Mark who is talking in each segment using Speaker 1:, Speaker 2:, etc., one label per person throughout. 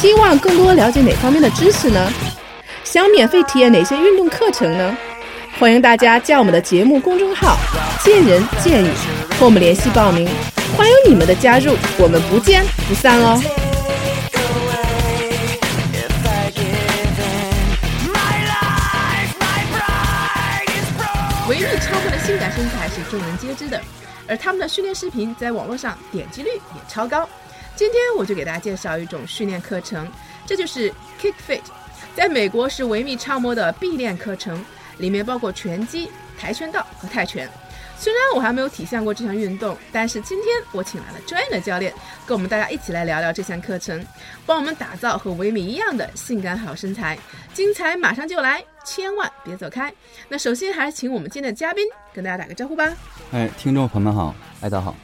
Speaker 1: 希望更多了解哪方面的知识呢？想免费体验哪些运动课程呢？欢迎大家加我们的节目公众号“见人见语”和我们联系报名，欢迎你们的加入，我们不见不散哦！维密超模的性感身材是众人皆知的，而他们的训练视频在网络上点击率也超高。今天我就给大家介绍一种训练课程，这就是 Kick Fit，在美国是维密超模的必练课程，里面包括拳击、跆拳道和泰拳。虽然我还没有体现过这项运动，但是今天我请来了专业的教练，跟我们大家一起来聊聊这项课程，帮我们打造和维米一样的性感好身材。精彩马上就来，千万别走开。那首先还是请我们今天的嘉宾跟大家打个招呼吧。
Speaker 2: 哎，听众朋友们好，艾达好。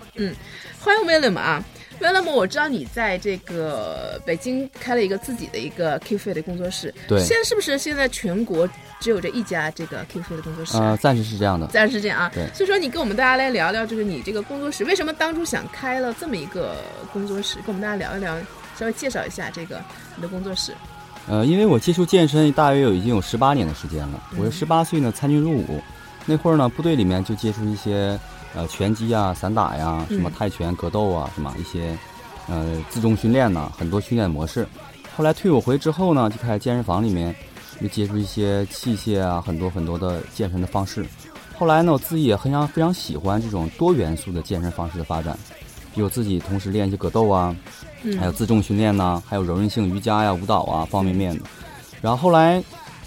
Speaker 1: 欢迎 William 啊，William，我知道你在这个北京开了一个自己的一个 K f i 的工作室，
Speaker 2: 对
Speaker 1: 现在是不是现在全国只有这一家这个 K f i 的工作室啊？
Speaker 2: 呃，暂时是这样的。
Speaker 1: 暂时这样啊
Speaker 2: 对，
Speaker 1: 所以说你跟我们大家来聊聊，就是你这个工作室为什么当初想开了这么一个工作室，跟我们大家聊一聊，稍微介绍一下这个你的工作室。
Speaker 2: 呃，因为我接触健身大约有已经有十八年的时间了。我
Speaker 1: 嗯
Speaker 2: 是十八岁呢参军入伍，那会儿呢部队里面就接触一些呃拳击啊、散打呀、什么
Speaker 1: 嗯
Speaker 2: 泰拳、格斗啊，什么一些呃自重训练呐、很多训练模式。后来退伍回之后呢，就开始健身房里面就接触一些器械啊，很多很多的健身的方式。后来呢，我自己也非常非常喜欢这种多元素的健身方式的发展，比如自己同时练一些格斗啊，
Speaker 1: 嗯，
Speaker 2: 还有自重训练呐、还有柔韧性瑜伽呀、舞蹈啊，方便面的。然后后来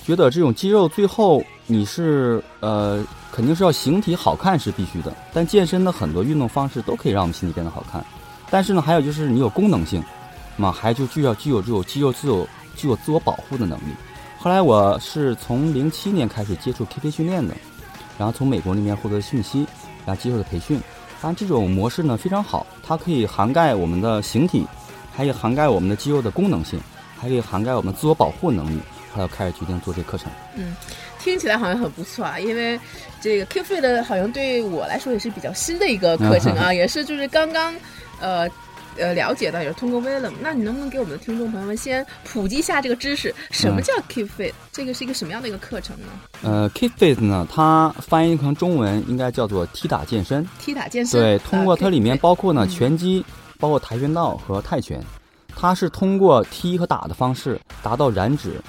Speaker 2: 觉得这种肌肉最后你是呃，肯定是要形体好看是必须的，但健身的很多运动方式都可以让我们形体变得好看。但是呢，还有就是你有功能性，嘛，还就具要具有这种肌肉自有具有自我保护的能力。后来我是从零七年开始接触 KP 训练的，然后从美国那边获得讯息，然后接受的培训。当然，这种模式呢非常好，它可以涵盖我们的形体，还可以涵盖我们的肌肉的功能性，还可以涵盖我们自我保护能力。后来我开始决定做这个课程。
Speaker 1: 听起来好像很不错啊，因为这个 Q f i 的好像对我来说也是比较新的一个课程 啊，也是就是刚刚呃呃了解到，也是通过 Willem。那你能不能给我们的听众朋友们先普及一下这个知识？什么
Speaker 2: 嗯
Speaker 1: 叫 Q f i 这个是一个什么样的一个课程呢？
Speaker 2: 呃，Keep Fit 呢，它翻译成中文应该叫做踢打健身。
Speaker 1: 踢打健身
Speaker 2: 对，通过它里面
Speaker 1: 包
Speaker 2: 包括呢
Speaker 1: 嗯
Speaker 2: 拳击，包括跆拳道和泰拳，它是通过踢和打的方式达到燃脂、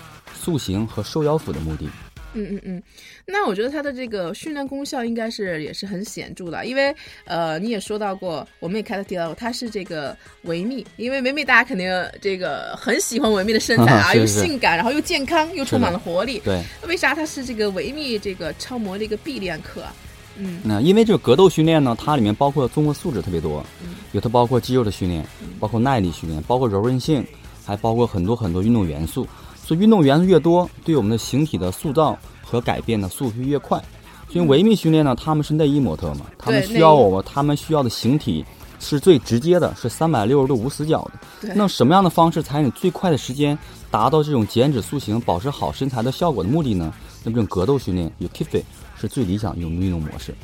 Speaker 2: 塑形和收腰腹的目的。
Speaker 1: 嗯嗯嗯。那我觉得它的这个训练功效应该是也是很显著的，因为呃你也说到过，我们也开头提到过，它是这个维密，因为维密大家肯定这个很喜欢维密的身材啊，
Speaker 2: 是
Speaker 1: 又
Speaker 2: 是
Speaker 1: 性感，然后又健康，又充满了活力。
Speaker 2: 对，
Speaker 1: 为啥它是这个维密这个超模的一个必练课啊？嗯
Speaker 2: 那因为这个格斗训练呢，它里面包括综合素质特别多
Speaker 1: 嗯，
Speaker 2: 有它包括肌肉的训练，包括耐力训练，包括柔韧性，还包括很多很多运动元素。所以运动元素越多，对我们的形体的塑造和改变呢速度越快。所以维密训练呢，他们是内衣模特嘛，他们
Speaker 1: 嗯对
Speaker 2: 需要
Speaker 1: 内衣
Speaker 2: 我，他们需要的形体是最直接的，是三百六十度无死角的。
Speaker 1: 对，
Speaker 2: 那什么样的方式才能最快的时间达到这种减脂塑形、保持好身材的效果的目的呢？那么这种格斗训练与 k i f i 是最理想的运动模式。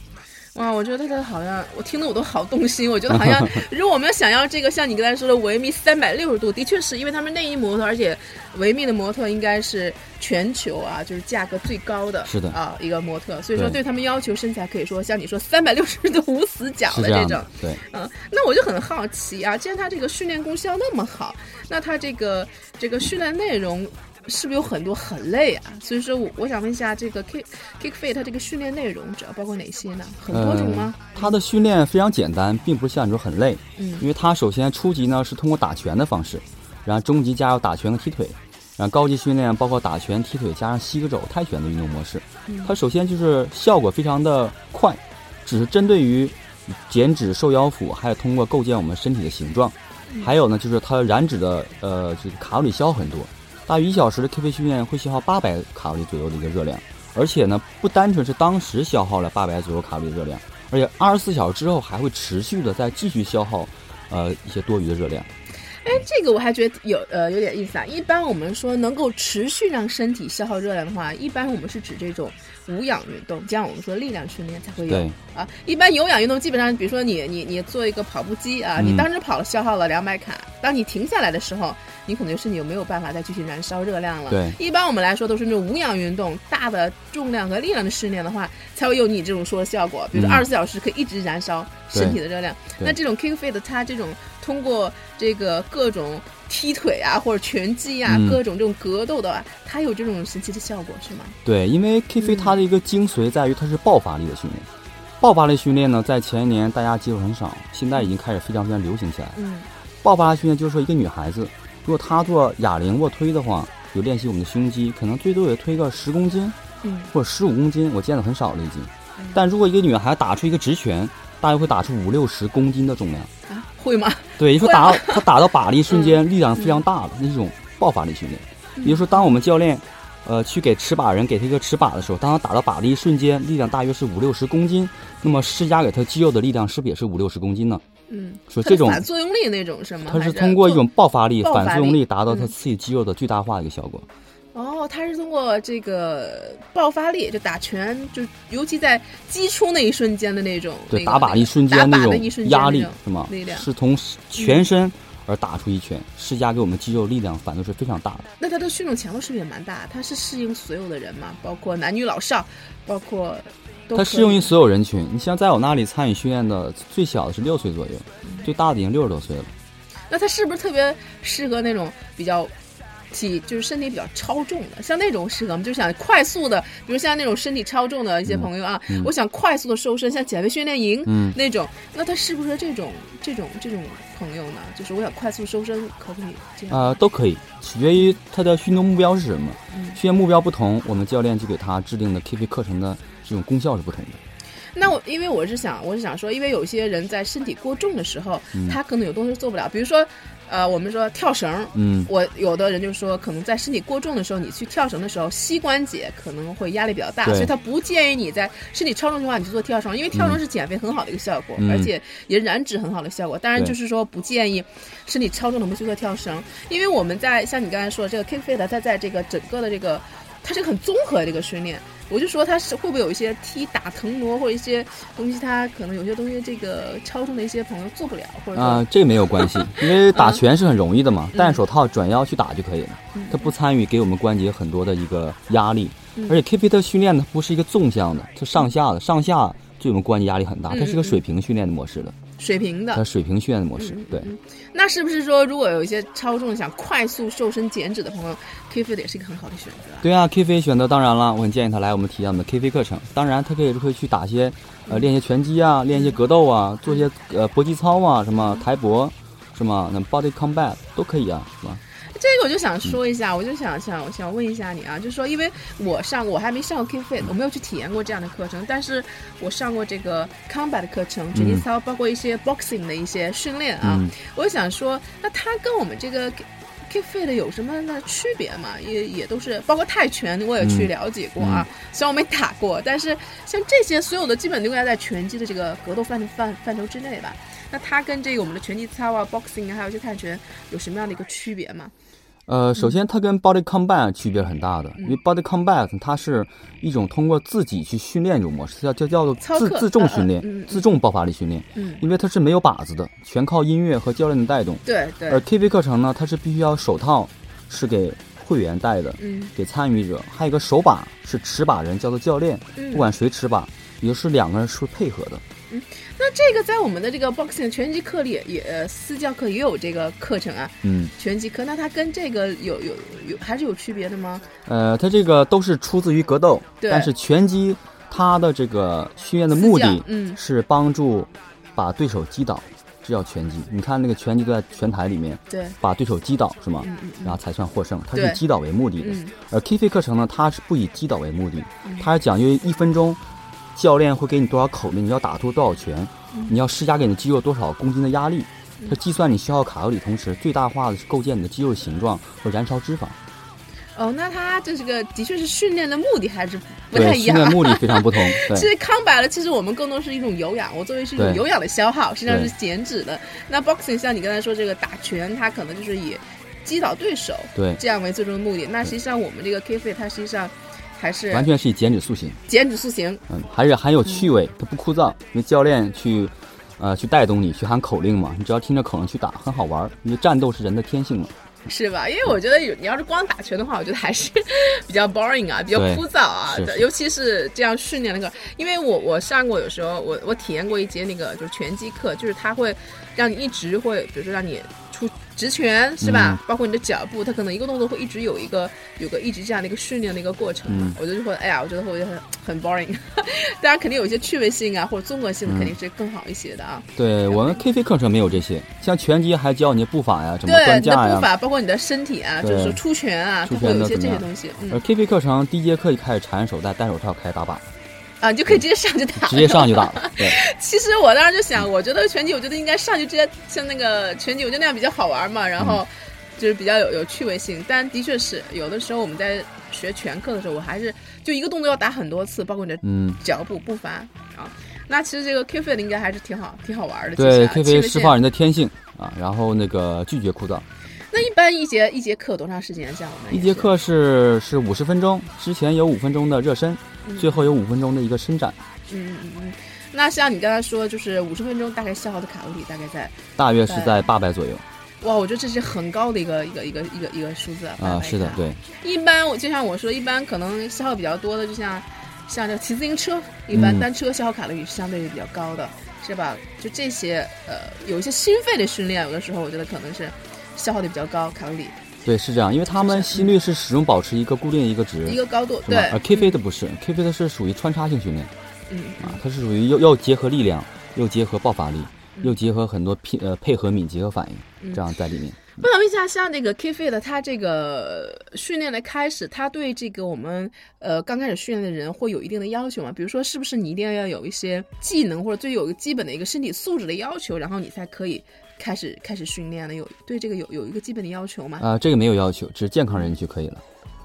Speaker 1: 哇，啊我觉得它好像我听得我都好动心。我觉得好 像如果我们想要这个，像你刚才说的维密三百六十度，的确是因为他们内衣模特，而且维密的模特应该是全球啊，就是价格最高的，
Speaker 2: 是的
Speaker 1: 啊一个模特，所以说
Speaker 2: 对
Speaker 1: 对他们要求身材可以说像你说三百六十度无死角
Speaker 2: 是
Speaker 1: 的
Speaker 2: 这样
Speaker 1: 种
Speaker 2: 的。，对，
Speaker 1: 嗯，那我就很好奇啊，既然它这个训练功效那么好，那它这个这个训练内容是不是有很多很累啊？所以说我我想问一下，这个 kick kick fit 它这个训练内容主要包括哪些呢？很多种吗？
Speaker 2: 呃？它的训练非常简单，并不是像你说很累，
Speaker 1: 嗯
Speaker 2: 因为它首先初级呢是通过打拳的方式，然后中级加入打拳和踢腿，然后高级训练包括打拳、踢腿加上膝盖肘、泰拳的运动模式。它首先就是效果非常的快，只是针对于减脂、瘦腰腹，还有通过构建我们身体的形状，还有呢就是它燃脂的呃这个卡路里消耗很多，大于一小时的 KP 训练会消耗八百卡路里左右的一个热量，而且呢，不单纯是当时消耗了八百左右卡路里热量，而且二十四小时之后还会持续的再继续消耗，呃，一些多余的热量。
Speaker 1: 哎，这个我还觉得有呃有点意思啊。一般我们说能够持续让身体消耗热量的话，一般我们是指这种无氧运动，这样我们说力量训练才会有
Speaker 2: 对，
Speaker 1: 啊。一般有氧运动基本上，比如说你你你做一个跑步机啊，
Speaker 2: 嗯
Speaker 1: 你当时跑了消耗了两百卡，当你停下来的时候，你可能身体就没有办法再继续燃烧热量了。
Speaker 2: 对
Speaker 1: 一般我们来说都是那种无氧运动，大的重量和力量的训练的话，才会有你这种说的效果。比如说
Speaker 2: 嗯
Speaker 1: 二十四小时可以一直燃烧身体的热量。
Speaker 2: 对
Speaker 1: 那这种 kick fit，它这种通过这个各种踢腿啊，或者拳击啊，
Speaker 2: 嗯
Speaker 1: 各种这种格斗的啊，它有这种神奇的效果是吗？
Speaker 2: 对，因为 K 飞它的一个精髓在于它是爆发力的训练。爆发力训练呢，在前一年大家接触很少，现在已经开始非常非常流行起来了。
Speaker 1: 嗯
Speaker 2: 爆发训练就是说，一个女孩子，如果她做哑铃卧推的话，有练习我们的胸肌，可能最多也推个十公斤
Speaker 1: 嗯
Speaker 2: 或者十五公斤，我见的很少了已经
Speaker 1: 嗯。
Speaker 2: 但如果一个女孩打出一个直拳，大约会打出五六十公斤的重量。
Speaker 1: 啊，会嗯吗？
Speaker 2: 对，也就是说打到她打到靶的一瞬间，力量是非常大的，那是一种爆发力训练。也就是说，当我们教练，呃，去给持靶人给他一个持靶的时候，当他打到靶的一瞬间，力量大约是五六十公斤，那么施加给他肌肉的力量是不是也是五六十公斤呢？
Speaker 1: 嗯，
Speaker 2: 说这种
Speaker 1: 它是反作用力那种是吗？
Speaker 2: 它
Speaker 1: 还
Speaker 2: 是通过一
Speaker 1: 做
Speaker 2: 种爆发力、
Speaker 1: 爆发
Speaker 2: 反作用
Speaker 1: 力
Speaker 2: 力达到它
Speaker 1: 嗯
Speaker 2: 刺激肌肉的最大化的一个效果。
Speaker 1: 哦，它是通过这个爆发力，就打拳，就尤其在击出那一瞬间的那种，
Speaker 2: 对，
Speaker 1: 那个
Speaker 2: 打靶的一瞬间
Speaker 1: 打
Speaker 2: 那
Speaker 1: 靶
Speaker 2: 种
Speaker 1: 的一瞬间
Speaker 2: 压
Speaker 1: 那
Speaker 2: 力
Speaker 1: 种
Speaker 2: 是吗
Speaker 1: 力？量嗯
Speaker 2: 是从全身而打出一拳，施加给我们肌肉力量反作用是非常大的。
Speaker 1: 那它的训练强度是不是也蛮大？它是适应所有的人嘛，包括男女老少，包括都
Speaker 2: 它
Speaker 1: 可
Speaker 2: 适用
Speaker 1: 以
Speaker 2: 于所有人群。你像在我那里参与训练的，最小的是六岁左右，最大的已经六十多岁了。
Speaker 1: 那它是不是特别适合那种比较体就是身体比较超重的？像那种适合吗？就想快速的，比如像那种身体超重的一些朋友啊，我想快速的瘦身，像减肥训练营、
Speaker 2: 嗯
Speaker 1: 那种，那它适不适合这种这种这种朋友呢？就是我想快速瘦身，可不可以这样？
Speaker 2: 呃，都可以，取决于他的训练目标是什么。
Speaker 1: 嗯
Speaker 2: 训练目标不同，我们教练就给他制定的 KP 课程的这种功效是不同的。
Speaker 1: 那我因为我是想，我是想说，因为有些人在身体过重的时候，
Speaker 2: 嗯
Speaker 1: 他可能有东西做不了，比如说，呃，我们说跳绳，
Speaker 2: 嗯，
Speaker 1: 我有的人就说，可能在身体过重的时候，你去跳绳的时候，膝关节可能会压力比较大，
Speaker 2: 对
Speaker 1: 所以他不建议你在身体超重的话，你去做跳绳，因为跳绳是减肥很好的一个效果，
Speaker 2: 嗯
Speaker 1: 而且也燃脂很好的效果。当然，
Speaker 2: 对
Speaker 1: 就是说不建议身体超重的我们去做跳绳，因为我们在像你刚才说的这个 kick fit，它在这个整个的这个，它是个很综合的这个训练。我就说它是会不会有一些踢打腾挪或者一些东西，它可能有些东西这个超重的一些朋友做不了，或者说、
Speaker 2: 啊、这个没有关系，因为打拳是很容易的
Speaker 1: 嗯
Speaker 2: 嘛，戴上手套转腰去打就可以了，它不参与给我们关节很多的一个压力，
Speaker 1: 嗯
Speaker 2: 而且 KP 的训练呢不是一个纵向的，它上下的，上下对我们关节压力很大，
Speaker 1: 嗯
Speaker 2: 它是一个水平训练的模式的，
Speaker 1: 水平的
Speaker 2: 它。水平训练的模
Speaker 1: 嗯
Speaker 2: 式，对，
Speaker 1: 那是不是说，如果有一些超重想快速瘦身减脂的朋友，K fit 也是一个很好的选择啊？
Speaker 2: 对啊，KP 选择当然了，我很建议他来我们体验我们的 KP 课程，当然他可以会去打些呃练一些拳击啊，练一些格斗啊，做一些呃搏击操啊，什么台搏，什么那 body combat 都可以啊，是吧？
Speaker 1: 这个我就想说一下，我就想想想问一下你啊，就是说，因为我上过，我还没上过 K fit，我没有去体验过这样的课程，但是我上过这个 combat 课程，拳击操，包括一些 boxing 的一些训练啊。
Speaker 2: 嗯
Speaker 1: 我想说，那它跟我们这个 K fit 有什么样的区别吗？也也都是，包括泰拳我也去
Speaker 2: 嗯
Speaker 1: 了解过啊，虽然我没打过，但是像这些所有的基本都应该在拳击的这个格斗范范范畴之内吧。那它跟这个我们的拳击操啊、boxing 啊，还有一些泰拳有什么样的一个区别吗？
Speaker 2: 呃，首先它跟 body combat 区别是很大的，因为 body combat 它是一种通过自己去训练一种模式，它叫叫做
Speaker 1: 操
Speaker 2: 自
Speaker 1: 课
Speaker 2: 自重
Speaker 1: 呃
Speaker 2: 训练、
Speaker 1: 嗯嗯
Speaker 2: 自重爆发力训练，
Speaker 1: 嗯
Speaker 2: 因为它是没有靶子的，全靠音乐和教练的带动。
Speaker 1: 对对，
Speaker 2: 而 KV 课程呢，它是必须要手套是给会员戴的，
Speaker 1: 嗯
Speaker 2: 给参与者，还有一个手靶是持靶人，叫做教练，
Speaker 1: 嗯
Speaker 2: 不管谁持靶，也就是两个人是配合的。
Speaker 1: 那这个在我们的这个 boxing 拳击课里也也呃私教课也有这个课程啊，
Speaker 2: 嗯，
Speaker 1: 拳击课，那它跟这个有有有还是有区别的吗？
Speaker 2: 呃，它这个都是出自于格斗，
Speaker 1: 对
Speaker 2: 但是拳击它的这个训练的呃目
Speaker 1: 私
Speaker 2: 的
Speaker 1: 教，嗯
Speaker 2: 是帮助把对手击倒，这叫拳击。你看那个拳击都在拳台里面，
Speaker 1: 对，
Speaker 2: 把对手击倒是吗？
Speaker 1: 嗯嗯
Speaker 2: 然后才算获胜，它
Speaker 1: 对
Speaker 2: 是以击倒为目的的。
Speaker 1: 嗯
Speaker 2: 而呃 K 费课程呢，它是不以击倒为目的，它是讲究一分钟，教练会给你多少口令，你要打出多少拳，
Speaker 1: 嗯
Speaker 2: 你要施加给你肌肉多少公斤的压力，它计算你消耗卡路里，同时最大化的是构建你的肌肉形状和燃烧脂肪。
Speaker 1: 哦，那他这是个的确是训练的目的还是不太
Speaker 2: 对，
Speaker 1: 一
Speaker 2: 训
Speaker 1: 样。啊
Speaker 2: 练目的非常 不同。对
Speaker 1: 其，实康白了，其实我们更多是一种有氧，我作为是一种
Speaker 2: 对
Speaker 1: 有氧的消耗，实际上
Speaker 2: 对
Speaker 1: 是减脂的。那 boxing 像你刚才说这个打拳，它可能就是以击倒对手
Speaker 2: 对，
Speaker 1: 这样为最终的目的。那实际上我们这个 K 费，它实际上还是
Speaker 2: 完全是以减脂塑形，
Speaker 1: 减脂塑形。
Speaker 2: 嗯，还是很有趣味，它不枯燥，因为教练去，呃，去带动你去喊口令嘛，你只要听着口令去打，很好玩儿。因为战斗是人的天性嘛，
Speaker 1: 是吧？因为我觉得有你要是光打拳的话，我觉得还是 比较 boring 啊，比较
Speaker 2: 对
Speaker 1: 枯燥啊
Speaker 2: 是，是
Speaker 1: 尤其是这样训练那个。因为我我上过有时候我我体验过一节那个就是拳击课，就是他会让你一直会，比如说让你出直拳是吧？
Speaker 2: 嗯
Speaker 1: 包括你的脚步，他可能一个动作会一直有一个有个一直这样的一个训练的一个过程。
Speaker 2: 嗯
Speaker 1: 我觉得就会哎呀，我觉得会很很 boring。当然 肯定有一些趣味性啊，或者综合性的
Speaker 2: 嗯
Speaker 1: 肯定是更好一些的啊。
Speaker 2: 对我们 K 飞课程没有这些，像拳击还教你步法呀，怎么
Speaker 1: 对
Speaker 2: 端
Speaker 1: 你的
Speaker 2: 架
Speaker 1: 步
Speaker 2: 呀。
Speaker 1: 法，包括你的身体啊，
Speaker 2: 对
Speaker 1: 就是说出拳啊，
Speaker 2: 出
Speaker 1: 它会有
Speaker 2: 拳
Speaker 1: 一
Speaker 2: 的
Speaker 1: 些
Speaker 2: 怎
Speaker 1: 这
Speaker 2: 么
Speaker 1: 些
Speaker 2: 样
Speaker 1: 东西。嗯
Speaker 2: 而 K 飞课程第一节课就开始缠手带，带手套开始打靶，
Speaker 1: 啊，你就可以直接上去打。
Speaker 2: 直接上去打了。对，
Speaker 1: 其实我当时就想，我觉得拳击，我觉得应该上去直接像那个拳击，我觉得那样比较好玩嘛，然
Speaker 2: 嗯
Speaker 1: 后就是比较有有趣味性。但的确是有的时候我们在学拳课的时候，我还是就一个动作要打很多次，包括你的
Speaker 2: 嗯，
Speaker 1: 脚步步伐啊。那其实这个 Q f i t 应该还是挺好，挺好玩的。其实
Speaker 2: 对，K
Speaker 1: 啊
Speaker 2: 飞
Speaker 1: 趣味
Speaker 2: 释
Speaker 1: 性
Speaker 2: 放人的天性啊，然后那个拒绝枯燥。
Speaker 1: 那一般一节一节课多长时间？像我们
Speaker 2: 一
Speaker 1: 也
Speaker 2: 节
Speaker 1: 哎是啊
Speaker 2: 课是是五十分钟，之前有五分钟的热身，最后有五分钟的一个伸展，
Speaker 1: 嗯嗯嗯。那像你刚才说，就是五十分钟大概消耗的卡路里大概在，
Speaker 2: 大约是在八百左右
Speaker 1: 哇，我觉得这是很高的一个一个一个一个一个数字啊
Speaker 2: 啊、
Speaker 1: 800
Speaker 2: 是的
Speaker 1: 卡，
Speaker 2: 对，
Speaker 1: 一般我就像我说，一般可能消耗比较多的，就像像这骑自行车，一般
Speaker 2: 嗯
Speaker 1: 单车消耗卡路里是相对比较高的，是吧？就这些呃，有一些心肺的训练，有的时候我觉得可能是消耗的比较高卡路里，
Speaker 2: 对是这样，因为他
Speaker 1: 啊
Speaker 2: 们心率是始终保持一个固定一个值，
Speaker 1: 一个高度，
Speaker 2: 是
Speaker 1: 对
Speaker 2: 吧？而啊 K 飞的不是，K 飞的是属于穿插性训练
Speaker 1: 嗯，
Speaker 2: 啊，它是属于又又结合力量，又结合爆发力，
Speaker 1: 嗯
Speaker 2: 又结合很多拼呃配合敏捷和反应，这样在里面。
Speaker 1: 我想问啊一下，像这个 K f i 的，他这个呃训练的开始，他对这个我们呃刚开始训练的人会有一定的要求吗？比如说，是不是你一定要有一些技能，或者最有一个基本的一个身体素质的要求，然后你才可以开始开始训练呢？有对这个有有一个基本的要求吗？
Speaker 2: 啊、这个没有要求，只健康人去可以了。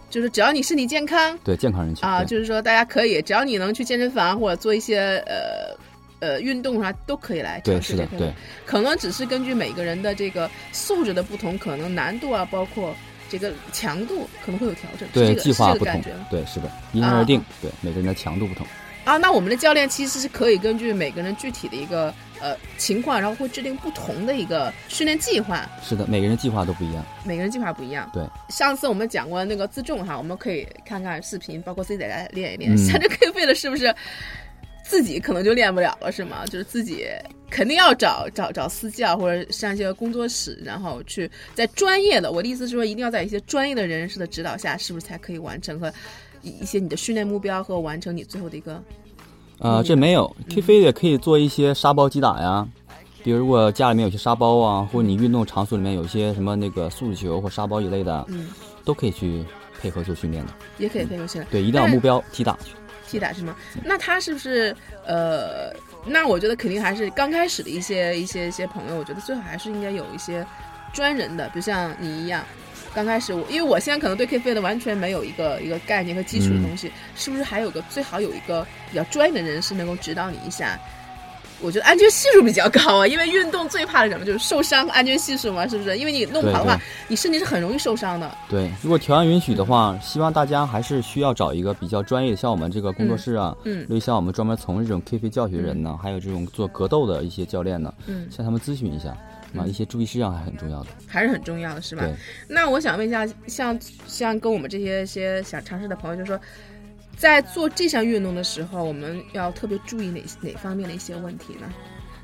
Speaker 1: 就是只要你身体健康
Speaker 2: 对，健康人去
Speaker 1: 啊，
Speaker 2: 对
Speaker 1: 就是说大家可以，只要你能去健身房或者做一些呃呃运动啥，都可以来
Speaker 2: 对
Speaker 1: 尝试
Speaker 2: 是的
Speaker 1: 这，个
Speaker 2: 对，
Speaker 1: 可能只是根据每个人的这个素质的不同，可能难度啊，包括这个强度可能会有调整。
Speaker 2: 对，
Speaker 1: 是这个
Speaker 2: 计划
Speaker 1: 是这
Speaker 2: 不
Speaker 1: 个感
Speaker 2: 同
Speaker 1: 觉吗，
Speaker 2: 对，是的，因人
Speaker 1: 啊
Speaker 2: 而定，对，每个人的强度不同。
Speaker 1: 啊。那我们的教练其实是可以根据每个人具体的一个呃情况，然后会制定不同的一个训练计划。
Speaker 2: 是的，每个人计划都不一样。
Speaker 1: 每个人计划不一样。
Speaker 2: 对，
Speaker 1: 上次我们讲过那个自重哈，我们可以看看视频，包括自己在家练一练。
Speaker 2: 嗯
Speaker 1: 像这 K 费了是不是自己可能就练不了了，是吗？就是自己肯定要找找找私教或者上一些工作室，然后去在专业的，我的意思是说，一定要在一些专业的人士的指导下，是不是才可以完成和一一些你的训练目标和完成你最后的一个
Speaker 2: 呃，
Speaker 1: 嗯
Speaker 2: 这没有，K 飞也可以做一些沙包击打呀，比如如果家里面有些沙包啊，或者你运动场所里面有一些什么那个速度球或沙包一类的，
Speaker 1: 嗯，
Speaker 2: 都可以去配合做训练的。
Speaker 1: 也可以配合训练。
Speaker 2: 嗯对，一定要有目标击打。
Speaker 1: 替打是吗？那他是不是呃？那我觉得肯定还是刚开始的一些一些一些朋友，我觉得最好还是应该有一些专人的，比如像你一样，刚开始我因为我现在可能对 K 费的完全没有一个一个概念和基
Speaker 2: 嗯
Speaker 1: 础的东西，是不是还有个最好有一个比较专业的人士能够指导你一下？我觉得安全系数比较高啊，因为运动最怕的什么就是受伤和安全系数嘛，是不是？因为你弄不好的话
Speaker 2: 对，
Speaker 1: 你身体是很容易受伤的。
Speaker 2: 对，如果条件允许的
Speaker 1: 嗯
Speaker 2: 话，希望大家还是需要找一个比较专业的，像我们这个工作室啊，
Speaker 1: 嗯
Speaker 2: 类似像我们专门从事这种 K 飞教学的人呢，还有这种做格斗的一些教练呢，
Speaker 1: 嗯，
Speaker 2: 向他们咨询一下。啊，一些注意事项还很重要的。
Speaker 1: 还是很重要的，是吧？
Speaker 2: 对，
Speaker 1: 那我想问一下，像像跟我们这些一些想尝试的朋友，就是说，在做这项运动的时候，我们要特别注意哪哪方面的一些问题呢？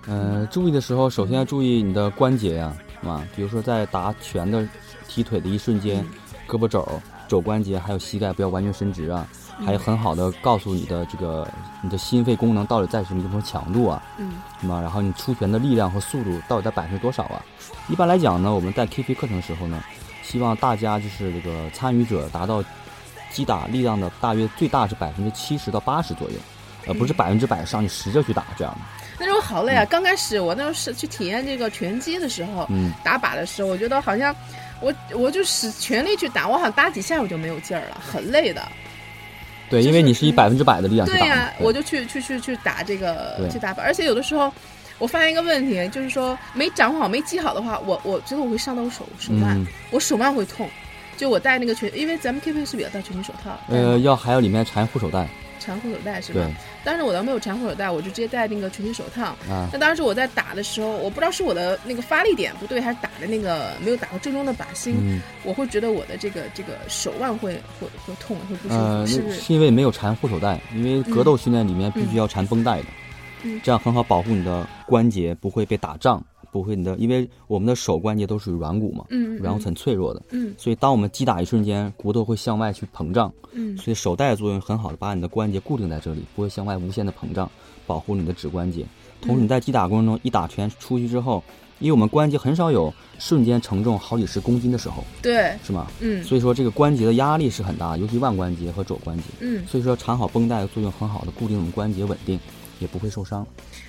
Speaker 2: 呃，注意的时候，首先要注意你的关节呀、啊，比如说在打拳的踢腿的一瞬间，胳膊肘、肘关节还有膝盖不要完全伸直啊，还有很好的告诉你的这个你的心肺功能到底在什么地方强度啊，
Speaker 1: 嗯，
Speaker 2: 那么然后你出拳的力量和速度到底在百分之多少啊？一般来讲呢，我们在 KP 课程的时候呢，希望大家就是这个参与者达到击打力量的大约最大是百分之七十到八十左右，呃，不是百分之百上去实着去打这样的，
Speaker 1: 那时候好累啊！刚开始我那时候是去体验这个拳击的时候，
Speaker 2: 嗯嗯。
Speaker 1: 打靶的时候，我觉得好像我我就使全力去打，我好像打几下我就没有劲儿了，很累的。
Speaker 2: 对，因为你是以百分之百的力量
Speaker 1: 嗯
Speaker 2: 去
Speaker 1: 对
Speaker 2: 打
Speaker 1: 呀、
Speaker 2: 嘛，对
Speaker 1: 我就去去去去打这个
Speaker 2: 对
Speaker 1: 去打板，而且有的时候我发现一个问题，就是说没掌握好、没记好的话，我我觉得我会伤到我手手腕，
Speaker 2: 嗯
Speaker 1: 我手腕会痛。就我戴那个全，因为咱们 KTV 是比较戴全身手套，
Speaker 2: 呃，要还有里面缠护手带，
Speaker 1: 缠护手带是吧
Speaker 2: 对？
Speaker 1: 当时我倒没有缠护手带，我就直接戴那个全身手套。
Speaker 2: 啊，
Speaker 1: 那当时我在打的时候，我不知道是我的那个发力点不对，还是打的那个没有打过正宗的靶心，
Speaker 2: 嗯，
Speaker 1: 我会觉得我的这个这个手腕会会会痛，会不舒服，
Speaker 2: 呃，
Speaker 1: 是
Speaker 2: 那
Speaker 1: 不是？
Speaker 2: 是因为没有缠护手带，因为格斗训练里面必须要缠绷带的，
Speaker 1: 嗯
Speaker 2: 这样很好保护你的关节不会被打胀，不会你的，因为我们的手关节都属于软骨嘛，
Speaker 1: 嗯，
Speaker 2: 软骨很脆弱的，
Speaker 1: 嗯
Speaker 2: 所以当我们击打一瞬间，骨头会向外去膨胀，
Speaker 1: 嗯
Speaker 2: 所以手带的作用很好的把你的关节固定在这里，不会向外无限的膨胀，保护你的指关节。
Speaker 1: 嗯
Speaker 2: 同时你在击打过程中，一打拳出去之后，因为我们关节很少有瞬间承重好几十公斤的时候，
Speaker 1: 对，
Speaker 2: 是吗？
Speaker 1: 嗯
Speaker 2: 所以说这个关节的压力是很大，尤其腕关节和肘关节。
Speaker 1: 嗯
Speaker 2: 所以说缠好绷带的作用很好的固定我们关节，稳定，也不会受伤。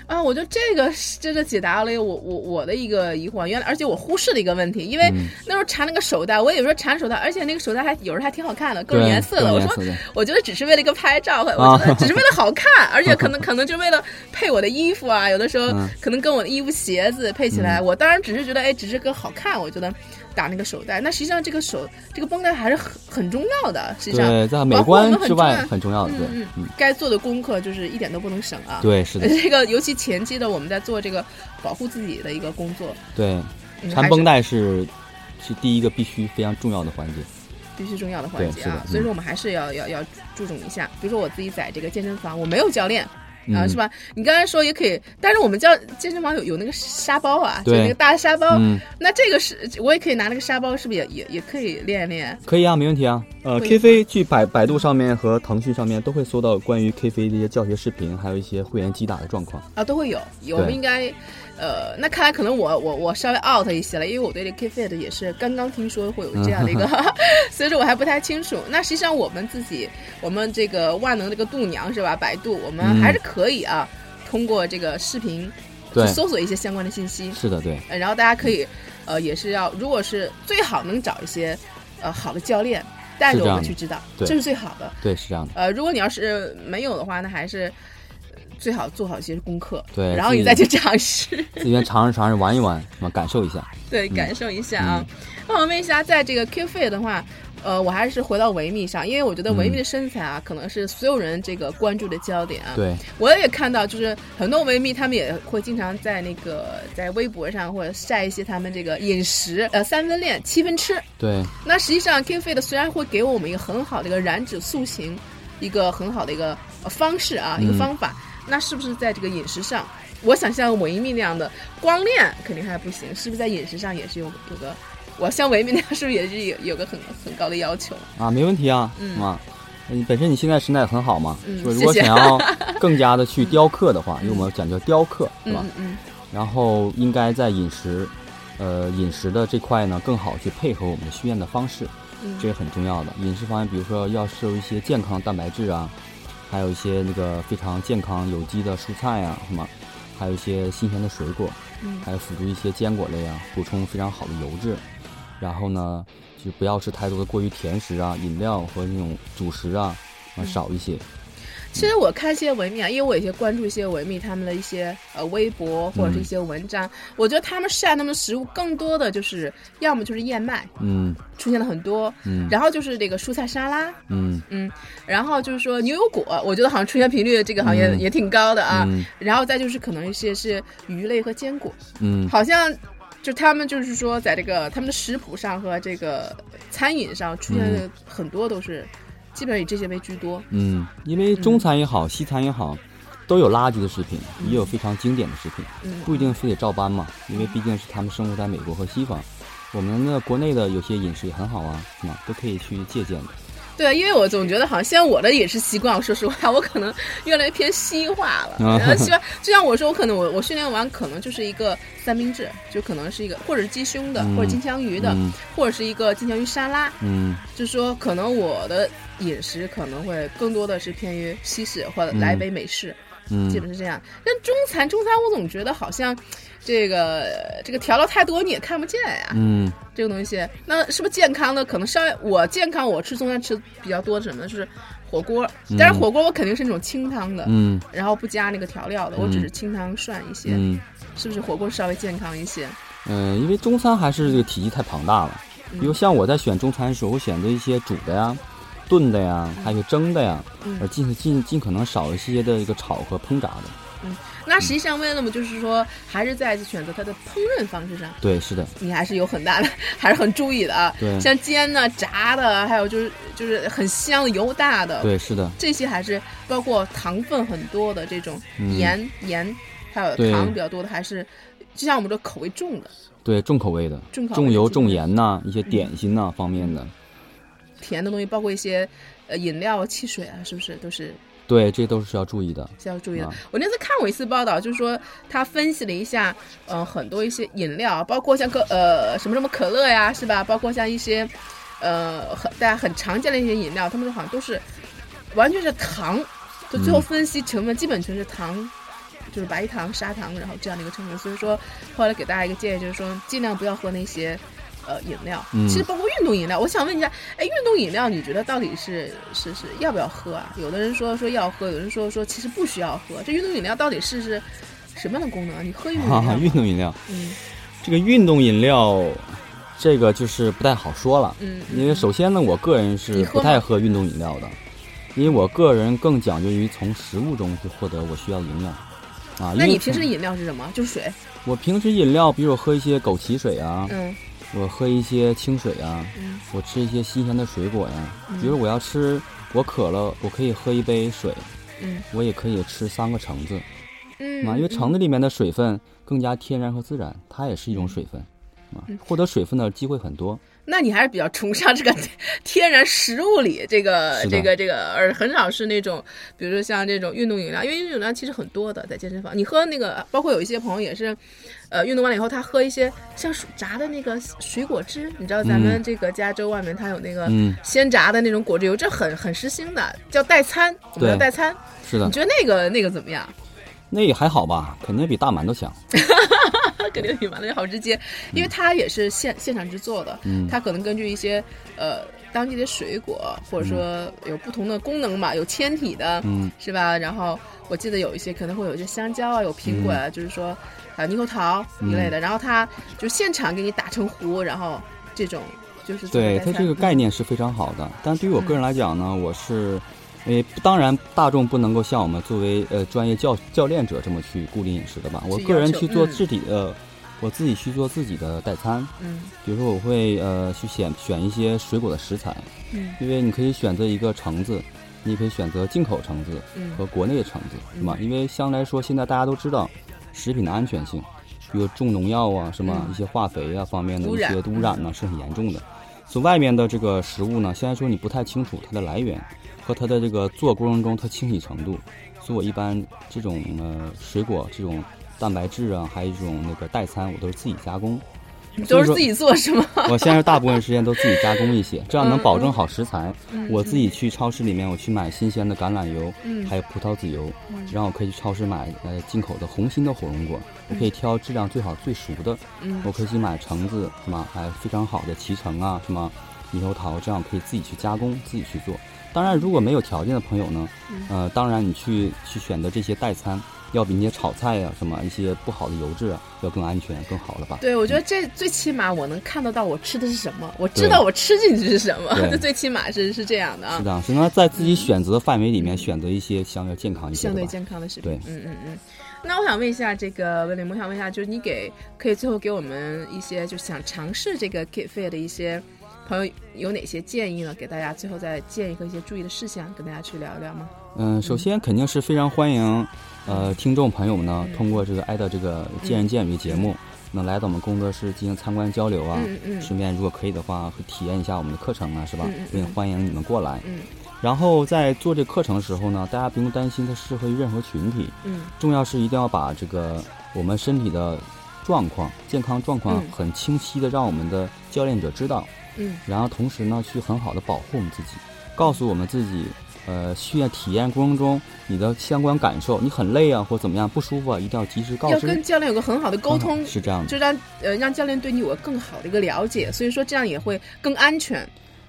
Speaker 1: 啊，我觉得这个是真的解答了我我我的一个疑惑，原来而且我忽视了一个问题，因为
Speaker 2: 嗯
Speaker 1: 那时候缠那个手带，我也说缠手带，而且那个手带还有时候还挺好看的，各
Speaker 2: 对，
Speaker 1: 种颜色的，我
Speaker 2: 各种颜
Speaker 1: 说
Speaker 2: 色的。
Speaker 1: 我觉得只是为了一个拍照，
Speaker 2: 啊
Speaker 1: 我觉得只是为了好看，而且可 能可能就为了配我的衣服啊，有的时候
Speaker 2: 嗯
Speaker 1: 可能跟我的衣服、鞋子配起来。我当然只是觉得，哎，只是个好看，我觉得打那个手带。那实际上这个手这个绷带还是很很重要的，实际上
Speaker 2: 对，在美
Speaker 1: 保护我
Speaker 2: 观
Speaker 1: 们很
Speaker 2: 之
Speaker 1: 重
Speaker 2: 外
Speaker 1: 要
Speaker 2: 很重要的，对，
Speaker 1: 嗯
Speaker 2: 嗯，
Speaker 1: 该做的功课就是一点都不能省啊。
Speaker 2: 对，是的，
Speaker 1: 这个尤其前期的我们在做这个保护自己的一个工作，
Speaker 2: 对，
Speaker 1: 嗯
Speaker 2: 缠
Speaker 1: 还
Speaker 2: 绷
Speaker 1: 是
Speaker 2: 带是是第一个必须非常重要的环节。
Speaker 1: 必须重要的环
Speaker 2: 对
Speaker 1: 节
Speaker 2: 是的
Speaker 1: 啊，
Speaker 2: 嗯
Speaker 1: 所以说我们还是要要要注重一下。比如说我自己在这个健身房，我没有教练。
Speaker 2: 嗯、
Speaker 1: 啊，是？吧？你刚才说也可以，但是我们叫健身房有有那个沙包啊，就
Speaker 2: 对
Speaker 1: 那个大沙包。
Speaker 2: 嗯，
Speaker 1: 那这个是我也可以拿那个沙包，是不是也也也可以练一练？
Speaker 2: 可以啊，没问题啊。呃
Speaker 1: 会
Speaker 2: ，K 飞去百百度上面和腾讯上面都会搜到关于 K 飞的一些教学视频，还有一些会员击打的状况。
Speaker 1: 啊，都会有，有我们
Speaker 2: 对
Speaker 1: 应该，呃，那看来可能我我我稍微 out 一些了，因为我对这 K Fit 也是刚刚听说会有这样的一 个，所以说我还不太清楚。那实际上我们自己，我们这个万能这个度娘是吧？百度，我们
Speaker 2: 嗯
Speaker 1: 还是可以啊，通过这个视频去
Speaker 2: 对
Speaker 1: 搜索一些相关的信息，
Speaker 2: 是的，对，
Speaker 1: 呃然后大家可以，呃，也是要，如果是最好能找一些，呃，好的教练带
Speaker 2: 是
Speaker 1: 着
Speaker 2: 这
Speaker 1: 我们
Speaker 2: 样
Speaker 1: 去
Speaker 2: 的
Speaker 1: 指导，
Speaker 2: 对
Speaker 1: 这是最好的。
Speaker 2: 对，是这样的。
Speaker 1: 呃，如果你要是没有的话，那还是呃最好做好一些功课，
Speaker 2: 对
Speaker 1: 然后你再
Speaker 2: 自己
Speaker 1: 去尝试，
Speaker 2: 自己先尝试尝试，玩一玩，是吧？感受一下。
Speaker 1: 对，
Speaker 2: 嗯
Speaker 1: 感受一下啊。那我问一下，在这个 Q Fit 的话，呃，我还是回到维密上，因为我觉得维密
Speaker 2: 嗯
Speaker 1: 的身材啊，可能是所有人这个关注的焦点啊。
Speaker 2: 对，
Speaker 1: 我也看到，就是很多维密他们也会经常在那个在微博上或者晒一些他们这个饮食，呃，三分练，七分吃。
Speaker 2: 对，
Speaker 1: 那实际上 K Fit 虽然会给我们一个很好的一个燃脂塑形，一个很好的一个呃方式啊，
Speaker 2: 嗯
Speaker 1: 一个方法，那是不是在这个饮食上，我想像维密那样的光练肯定还不行，是不是在饮食上也是有有个，我像维密那样是不是也是有有个很很高的要求？
Speaker 2: 啊，没问题啊，
Speaker 1: 嗯
Speaker 2: 啊，你本身你现在身材很好嘛，
Speaker 1: 嗯
Speaker 2: 是吧如果
Speaker 1: 谢谢
Speaker 2: 想要更加的 去雕刻的话，因为我们讲究雕刻，是
Speaker 1: 嗯
Speaker 2: 吧？
Speaker 1: 嗯嗯，
Speaker 2: 然后应该在饮食，呃，饮食的这块呢，更好去配合我们的训练的方式，
Speaker 1: 嗯
Speaker 2: 这是很重要的。饮食方面，比如说要摄入一些健康蛋白质啊，还有一些那个非常健康有机的蔬菜啊，什么，还有一些新鲜的水果，
Speaker 1: 嗯
Speaker 2: 还有辅助一些坚果类啊，补充非常好的油脂。然后呢，就不要吃太多的过于甜食啊、饮料和那种主食啊，
Speaker 1: 嗯
Speaker 2: 啊少一些。
Speaker 1: 其实我看一些维密啊，因为我也关注一些维密他们的一些呃微博或者是一些文章，我觉得他们晒他们的食物更多的就是要么就是燕麦
Speaker 2: 嗯
Speaker 1: 出现了很多，
Speaker 2: 嗯
Speaker 1: 然后就是这个蔬菜沙拉，
Speaker 2: 嗯
Speaker 1: 嗯，然后就是说牛油果，我觉得好像出现频率这个好像也,、
Speaker 2: 嗯
Speaker 1: 也挺高的啊。
Speaker 2: 嗯
Speaker 1: 然后再就是可能一些是鱼类和坚果，
Speaker 2: 嗯，
Speaker 1: 好像就他们就是说在这个他们的食谱上和这个餐饮上出现的很多都是、基本上以这些为居多。
Speaker 2: 嗯，因为中餐也好，西餐也好，都有垃圾的食品，也有非常经典的食品，
Speaker 1: 嗯
Speaker 2: 不一定非得照搬嘛。因为毕竟是他们生活在美国和西方，我们的国内的有些饮食也很好啊，是吗？都可以去借鉴的。
Speaker 1: 对，因为我总觉得好像像我的饮食习惯，我说实话，我可能越来越偏西化了。
Speaker 2: 啊
Speaker 1: 然后西化，就像我说，我可能我我训练完可能就是一个三明治，就可能是一个或者是鸡胸的，
Speaker 2: 嗯
Speaker 1: 或者金枪鱼的，
Speaker 2: 嗯
Speaker 1: 或者是一个金枪鱼沙拉。
Speaker 2: 嗯
Speaker 1: 就说可能我的饮食可能会更多的是偏于西式或者来杯美式，
Speaker 2: 嗯
Speaker 1: 基本是这样。但中餐，中餐我总觉得好像这个这个调料太多你也看不见呀、
Speaker 2: 嗯
Speaker 1: 这个东西，那是不是健康的？可能稍微我健康，我吃中餐吃比较多的什么就是火锅，但是火锅我肯定是那种清汤的，
Speaker 2: 嗯
Speaker 1: 然后不加那个调料的，我只是清汤涮一些，
Speaker 2: 嗯
Speaker 1: 是不是火锅稍微健康一些？
Speaker 2: 嗯，因为中餐还是这个体积太庞大了。
Speaker 1: 嗯
Speaker 2: 比如像我在选中餐的时候，我选择一些煮的呀、炖的呀，还有蒸的呀，
Speaker 1: 嗯
Speaker 2: 而尽尽尽可能少一些的一个炒和烹炸的。
Speaker 1: 那实际上为了么，就是说还是在选择它的烹饪方式上，
Speaker 2: 对，是的，
Speaker 1: 你还是有很大的， 还是很注意的啊。
Speaker 2: 对
Speaker 1: 像煎的、炸的，还有就是就是很香的、油大的，
Speaker 2: 对，是的，
Speaker 1: 这些还是包括糖分很多的这种
Speaker 2: 嗯
Speaker 1: 盐、盐，还有
Speaker 2: 对
Speaker 1: 糖比较多的，还是就像我们这口味重的、
Speaker 2: 对，重口味的，
Speaker 1: 重口味的嗯
Speaker 2: 重油、
Speaker 1: 这种
Speaker 2: 重盐呐、一些点心呐、方面的，
Speaker 1: 甜的东西，包括一些呃饮料啊、汽水啊，是不是都是
Speaker 2: 对，这都是要注意的。
Speaker 1: 需要注意的
Speaker 2: 啊？
Speaker 1: 我那次看过一次报道，就是说他分析了一下，呃，很多一些饮料，包括像可呃什么什么可乐呀，是吧？包括像一些呃很大家很常见的一些饮料，他们好像都是完全是糖，就最后
Speaker 2: 嗯
Speaker 1: 分析成分基本全是糖。就是白糖、砂糖，然后这样的一个成分，所以说后来给大家一个建议，就是说尽量不要喝那些，呃，饮料。
Speaker 2: 嗯
Speaker 1: 其实包括运动饮料，我想问一下，哎，运动饮料你觉得到底是是是要不要喝啊？有的人说说要喝，有人说说其实不需要喝。这运动饮料到底是是什么样的功能啊？你喝运动
Speaker 2: 哈
Speaker 1: 饮
Speaker 2: 哈，
Speaker 1: 料吗，
Speaker 2: 运动饮料，
Speaker 1: 嗯
Speaker 2: 这个运动饮料，这个就是不太好说了。
Speaker 1: 嗯，
Speaker 2: 因为首先呢，我个人是
Speaker 1: 你喝
Speaker 2: 不
Speaker 1: 吗
Speaker 2: 太喝运动饮料的，因为我个人更讲究于从食物中去获得我需要的营养。啊，因
Speaker 1: 那
Speaker 2: 为
Speaker 1: 你平时的
Speaker 2: 从
Speaker 1: 饮料是什么？就是水。
Speaker 2: 我平时饮料，比如我喝一些枸杞水啊，
Speaker 1: 嗯
Speaker 2: 我喝一些清水啊，
Speaker 1: 嗯
Speaker 2: 我吃一些新鲜的水果呀、比如我要吃，我渴了，我可以喝一杯水，
Speaker 1: 嗯
Speaker 2: 我也可以吃三个橙子，
Speaker 1: 嗯
Speaker 2: 啊，因为橙子里面的水分更加天然和自然，它也是一种水分，啊，
Speaker 1: 嗯
Speaker 2: 获得水分的机会很多。
Speaker 1: 那你还是比较崇尚这个 天然食物里这个
Speaker 2: 是的
Speaker 1: 这个这个，而很少是那种，比如说像这种运动饮料，因为运动饮料其实很多的，在健身房你喝那个，包括有一些朋友也是，呃，运动完了以后他喝一些像水炸的那个水果汁，你知道咱们这个加州外面它有那个
Speaker 2: 嗯
Speaker 1: 鲜榨的那种果汁油，这很很时兴的，叫代餐，我们
Speaker 2: 对
Speaker 1: 叫代餐。
Speaker 2: 是
Speaker 1: 你
Speaker 2: 的，
Speaker 1: 觉得那个那个怎么样？
Speaker 2: 那也还好吧，肯定比大馒头强。
Speaker 1: 它肯定比完了好直接，因为它也是现现场制作的，
Speaker 2: 嗯
Speaker 1: 它可能根据一些呃当地的水果，或者说有不同的功能嘛，有纤体的，
Speaker 2: 嗯
Speaker 1: 是吧？然后我记得有一些可能会有一些香蕉啊，有苹果啊，
Speaker 2: 嗯
Speaker 1: 就是说啊猕猴桃一类的，然后它就现场给你打成糊，然后这种就是做
Speaker 2: 对
Speaker 1: 代
Speaker 2: 它
Speaker 1: 餐
Speaker 2: 这个概念是非常好的，但对于我个人来讲呢，我是，诶，当然大众不能够像我们作为呃专业教教练者这么去固定饮食的吧，我
Speaker 1: 去
Speaker 2: 个
Speaker 1: 要
Speaker 2: 人
Speaker 1: 求
Speaker 2: 去做
Speaker 1: 嗯
Speaker 2: 自己的，我自己去做自己的代餐，
Speaker 1: 嗯
Speaker 2: 比如说我会呃去选选一些水果的食材，
Speaker 1: 嗯
Speaker 2: 因为你可以选择一个橙子，你也可以选择进口橙子
Speaker 1: 嗯
Speaker 2: 和国内的橙子，是吧？因为相对来说，现在大家都知道食品的安全性，比如种农药啊，什么
Speaker 1: 嗯
Speaker 2: 一些化肥啊方面的
Speaker 1: 污
Speaker 2: 一
Speaker 1: 染嗯
Speaker 2: 些污染呢、是很严重的。所以外面的这个食物呢，现在说你不太清楚它的来源和它的这个做过程中它清洗程度，所以我一般这种呃水果这种蛋白质啊，还有一种那个代餐，我都是自己加工。
Speaker 1: 你
Speaker 2: 呃
Speaker 1: 都
Speaker 2: 所以
Speaker 1: 是
Speaker 2: 说
Speaker 1: 自己做是吗？
Speaker 2: 我现在大部分时间都自己加工一些，这样能保证好食材。
Speaker 1: 嗯
Speaker 2: 我自己去超市里面，我去买新鲜的橄榄油，
Speaker 1: 嗯
Speaker 2: 还有葡萄籽油，
Speaker 1: 嗯
Speaker 2: 然后我可以去超市买呃进口的红心的火龙果，我可以挑质量最好最熟的，
Speaker 1: 嗯
Speaker 2: 我可以去买橙子，什么还有非常好的脐橙啊，什么猕猴桃，这样可以自己去加工，自己去做。当然，如果没有条件的朋友呢，
Speaker 1: 嗯
Speaker 2: 呃，当然你去去选择这些代餐，要比那些炒菜呀、什么一些不好的油脂啊，要更安全更好了吧？
Speaker 1: 对，我觉得这最起码我能看得到我吃的是什么，我知道我吃进去是什么，
Speaker 2: 对
Speaker 1: 这 最起码是是这样的啊。
Speaker 2: 是的，是那在自己选择范围里面选择一些相对健康一些
Speaker 1: 相
Speaker 2: 的
Speaker 1: 对
Speaker 2: 吧。
Speaker 1: 健康的食品
Speaker 2: 对。
Speaker 1: 嗯嗯嗯。那我想问一下，这个文林，我想问一下，就是你给可以最后给我们一些就想尝试这个 Keep Fit 的一些朋友有哪些建议呢？给大家最后再建议和一些注意的事项，跟大家去聊一聊吗？
Speaker 2: 嗯、首先肯定是非常欢迎，呃，听众朋友们
Speaker 1: 嗯
Speaker 2: 呢，通过这个《爱的这个见人见语》节目，能来到我们工作室进行参观交流啊。
Speaker 1: 嗯嗯
Speaker 2: 顺便，如果可以的话，会体验一下我们的课程啊，是吧
Speaker 1: 嗯嗯？
Speaker 2: 也、欢迎你们过来。
Speaker 1: 嗯
Speaker 2: 然后在做这课程的时候呢，大家不用担心它适合于任何群体，
Speaker 1: 嗯
Speaker 2: 重要是一定要把这个我们身体的状况、健康状况
Speaker 1: 嗯
Speaker 2: 很清晰的让我们的教练者知道。
Speaker 1: 嗯
Speaker 2: 然后同时呢，去很好的保护我们自己，告诉我们自己呃训练体验过程中你的相关感受，你很累啊或怎么样不舒服啊，一定要及时告
Speaker 1: 要
Speaker 2: 知。
Speaker 1: 跟教练有个很好的沟通，
Speaker 2: 嗯是这样的，
Speaker 1: 就让呃让教练对你有更好的一个了解，所以说这样也会更安全，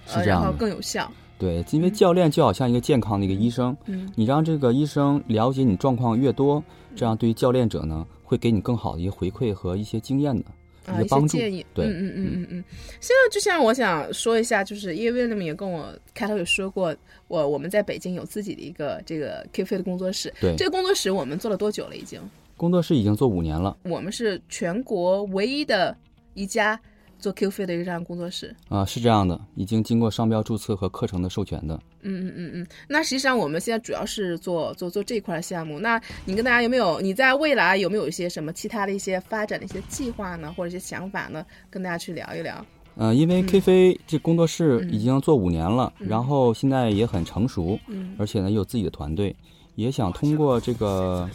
Speaker 2: 是
Speaker 1: 呃，然
Speaker 2: 这样的
Speaker 1: 后更有效。
Speaker 2: 对，因为教练就好像一个健康的一个医生，
Speaker 1: 嗯
Speaker 2: 你让这个医生了解你状况越多，这样对于教练者呢会给你更好的一个回馈和一些经验的。
Speaker 1: 啊，
Speaker 2: 一
Speaker 1: 一
Speaker 2: 个帮
Speaker 1: 些
Speaker 2: 助
Speaker 1: 建议，
Speaker 2: 对
Speaker 1: 嗯嗯嗯嗯嗯。现在就像我想说一下，就是因为 William 也跟我开头有说过，我我们在北京有自己的一个这个 Q f 的工作室，
Speaker 2: 对
Speaker 1: 这个工作室我们做了多久了？已经，
Speaker 2: 工作室已经做五年了
Speaker 1: 我们是全国唯一的一家做 Q f 的一个这样的工作室。
Speaker 2: 啊、是这样的，已经经过商标注册和课程的授权的。
Speaker 1: 嗯嗯嗯嗯，那实际上我们现在主要是做做做这块项目。那你跟大家有没有你在未来有没有一些什么其他的一些发展的一些计划呢，或者一些想法呢？跟大家去聊一聊。
Speaker 2: 嗯，因为 K 飞这工作室已经做五年了，然后现在也很成熟，
Speaker 1: 嗯
Speaker 2: 而且呢也有自己的团队，也想通过这个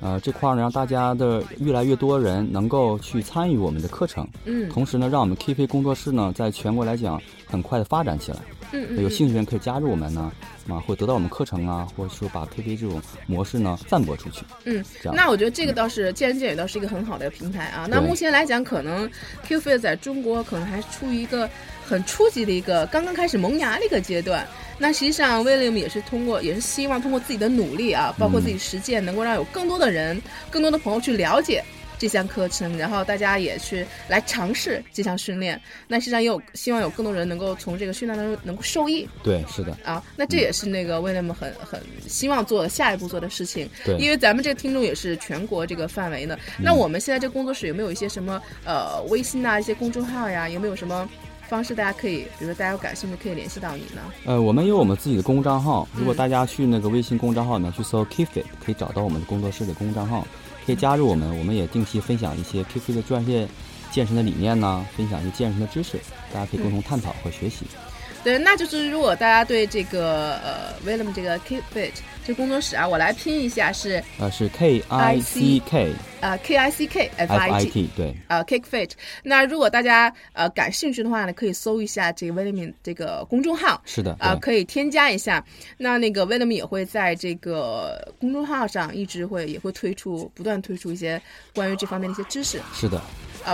Speaker 2: 呃这块儿呢，让大家的越来越多人能够去参与我们的课程，
Speaker 1: 嗯
Speaker 2: 同时呢，让我们 K 飞工作室呢在全国来讲很快的发展起来。
Speaker 1: 嗯嗯，
Speaker 2: 有
Speaker 1: 嗯
Speaker 2: 兴趣的人可以加入我们呢，啊，会得到我们课程啊，或者说把 K 飞这种模式呢散播出去。
Speaker 1: 嗯，
Speaker 2: 这样
Speaker 1: 那我觉得这个倒是见仁见智，倒是一个很好的平台啊。那
Speaker 2: 对
Speaker 1: 目前来讲，可能 Q f i 在中国可能还处于一个很初级的一个刚刚开始萌芽的一个阶段。那实际上，William 也是通过，也是希望通过自己的努力
Speaker 2: 嗯
Speaker 1: 啊，包括自己实践，能够让有更多的人、更多的朋友去了解。这项课程，然后大家也去来尝试这项训练。那实际上也有希望有更多人能够从这个训练当中能够受益
Speaker 2: 对，是的，
Speaker 1: 啊。那这也是那个 William 很很希望做的下一步做的事情。
Speaker 2: 对。嗯
Speaker 1: 因为咱们这个听众也是全国这个范围的。那我们现在这工作室有没有一些什么呃微信啊、一些公众号呀、有没有什么方式大家可以，比如说大家有感兴趣可以联系到你呢？
Speaker 2: 呃，我们有我们自己的公众账号，如果
Speaker 1: 嗯
Speaker 2: 大家去那个微信公众账号里面去搜 Kifit，可以找到我们的工作室的公众账号，可以加入我们，我们也定期分享一些 Kifit 的专业健身的理念呐、分享一些健身的知识，大家可以共同探讨和学习。
Speaker 1: 对，那就是如果大家对这个呃 William 这个 Keep Fit 这工作室啊，我来拼一下是
Speaker 2: 呃，是 K I C K
Speaker 1: 呃 K I C K F
Speaker 2: F
Speaker 1: I
Speaker 2: I
Speaker 1: T。
Speaker 2: T，对，
Speaker 1: 呃，Kick Fit。那如果大家呃感兴趣的话呢，可以搜一下这个 William 这个公众号，
Speaker 2: 是的，
Speaker 1: 啊、
Speaker 2: 对，
Speaker 1: 可以添加一下。那那个 William 也会在这个公众号上一直会也会推出，不断推出一些关于这方面的一些知识啊、
Speaker 2: 是的，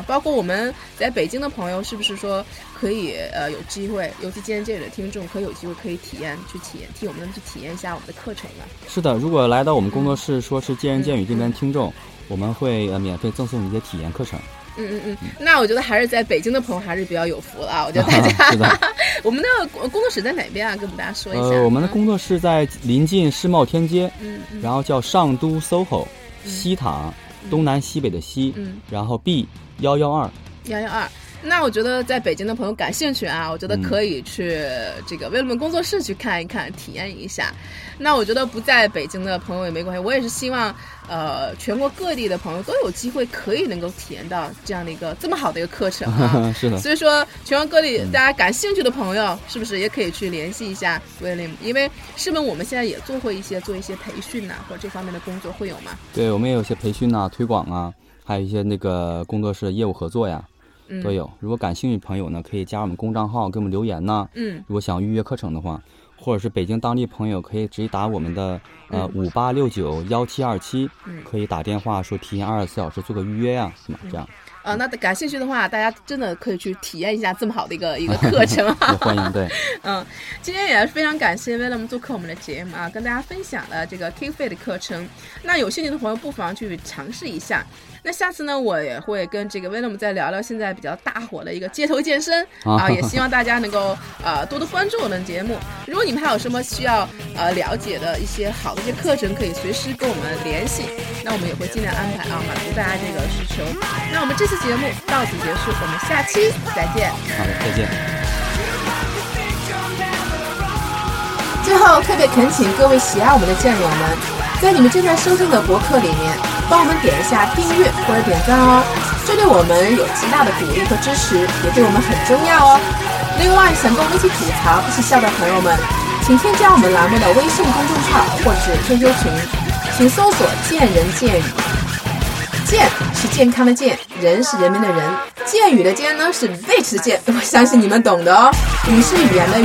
Speaker 1: 包括我们在北京的朋友，是不是说可以呃有机会，尤其今天这里的听众，可以有机会可以体验去体验替我们去体验一下我们的课程呢？
Speaker 2: 是的。如果来到我们工作室，说是见人见语这边听众，我们会呃免费赠送你一些体验课程。
Speaker 1: 嗯嗯嗯，那我觉得还是在北京的朋友还是比较有福了啊，我觉得大 家
Speaker 2: 是的。
Speaker 1: 我们的工工作室在哪边啊？跟我们大家说一下。
Speaker 2: 呃，我们的工作室在临近世贸天街，
Speaker 1: 嗯嗯
Speaker 2: 然后叫上都 SOHO 西塔，东南西北的西，
Speaker 1: 嗯
Speaker 2: 然后 B 幺幺二，
Speaker 1: 幺幺二。那我觉得在北京的朋友感兴趣啊，我觉得
Speaker 2: 嗯
Speaker 1: 可以去这个威伦工作室去看一看，体验一下。那我觉得不在北京的朋友也没关系，我也是希望呃全国各地的朋友都有机会可以能够体验到这样的一个这么好的一个课程 啊。
Speaker 2: 是的，
Speaker 1: 所以说，全国各地大家感兴趣的朋友，是不是也可以去联系一下 William？因为师门我们现在也做过一些做一些培训呐、或者这方面的工作会有吗？
Speaker 2: 对我们也有一些培训呐、推广啊，还有一些那个工作室的业务合作呀，
Speaker 1: 嗯，
Speaker 2: 都有。如果感兴趣的朋友呢，可以加我们公账号给我们留言呐、
Speaker 1: 嗯，
Speaker 2: 如果想预约课程的话，或者是北京当地朋友可以直接打我们的呃五八六九幺七二七
Speaker 1: 嗯，
Speaker 2: 可以打电话说提前二十四小时做个预约呀、是吗？这样，
Speaker 1: 啊，那感兴趣的话，大家真的可以去体验一下这么好的一个一个课程
Speaker 2: 也
Speaker 1: 啊。
Speaker 2: 欢迎对。
Speaker 1: 嗯，今天也是非常感谢 w i l l i a m 做客我们的节目啊，跟大家分享了这个 King Fit 的课程。那有兴趣的朋友不妨去尝试一下。那下次呢，我也会跟这个 w i l l i a m 再聊聊现在比较大火的一个街头健身啊，
Speaker 2: 啊
Speaker 1: 也希望大家能够呃多多关注我们的节目。如果你们还有什么需要呃了解的一些好的一些课程，可以随时跟我们联系，那我们也会尽量安排啊，满足大家这个需求。那我们这期节目到此结束，我们下期再见。
Speaker 2: 好的，再见。
Speaker 1: 最后，特别恳请各位喜爱我们的健友们，在你们正在收听的博客里面，帮我们点一下订阅或者点赞哦，这对我们有极大的鼓励和支持，也对我们很重要哦。另外，想跟我们一起吐槽、一起笑的朋友们，请添加我们栏目的微信公众号或者 QQ 群，请搜索“见人见语”。健是健康的健，人是人民的人，健语的健呢是 which 的健，我相信你们懂的哦。语是语言的语，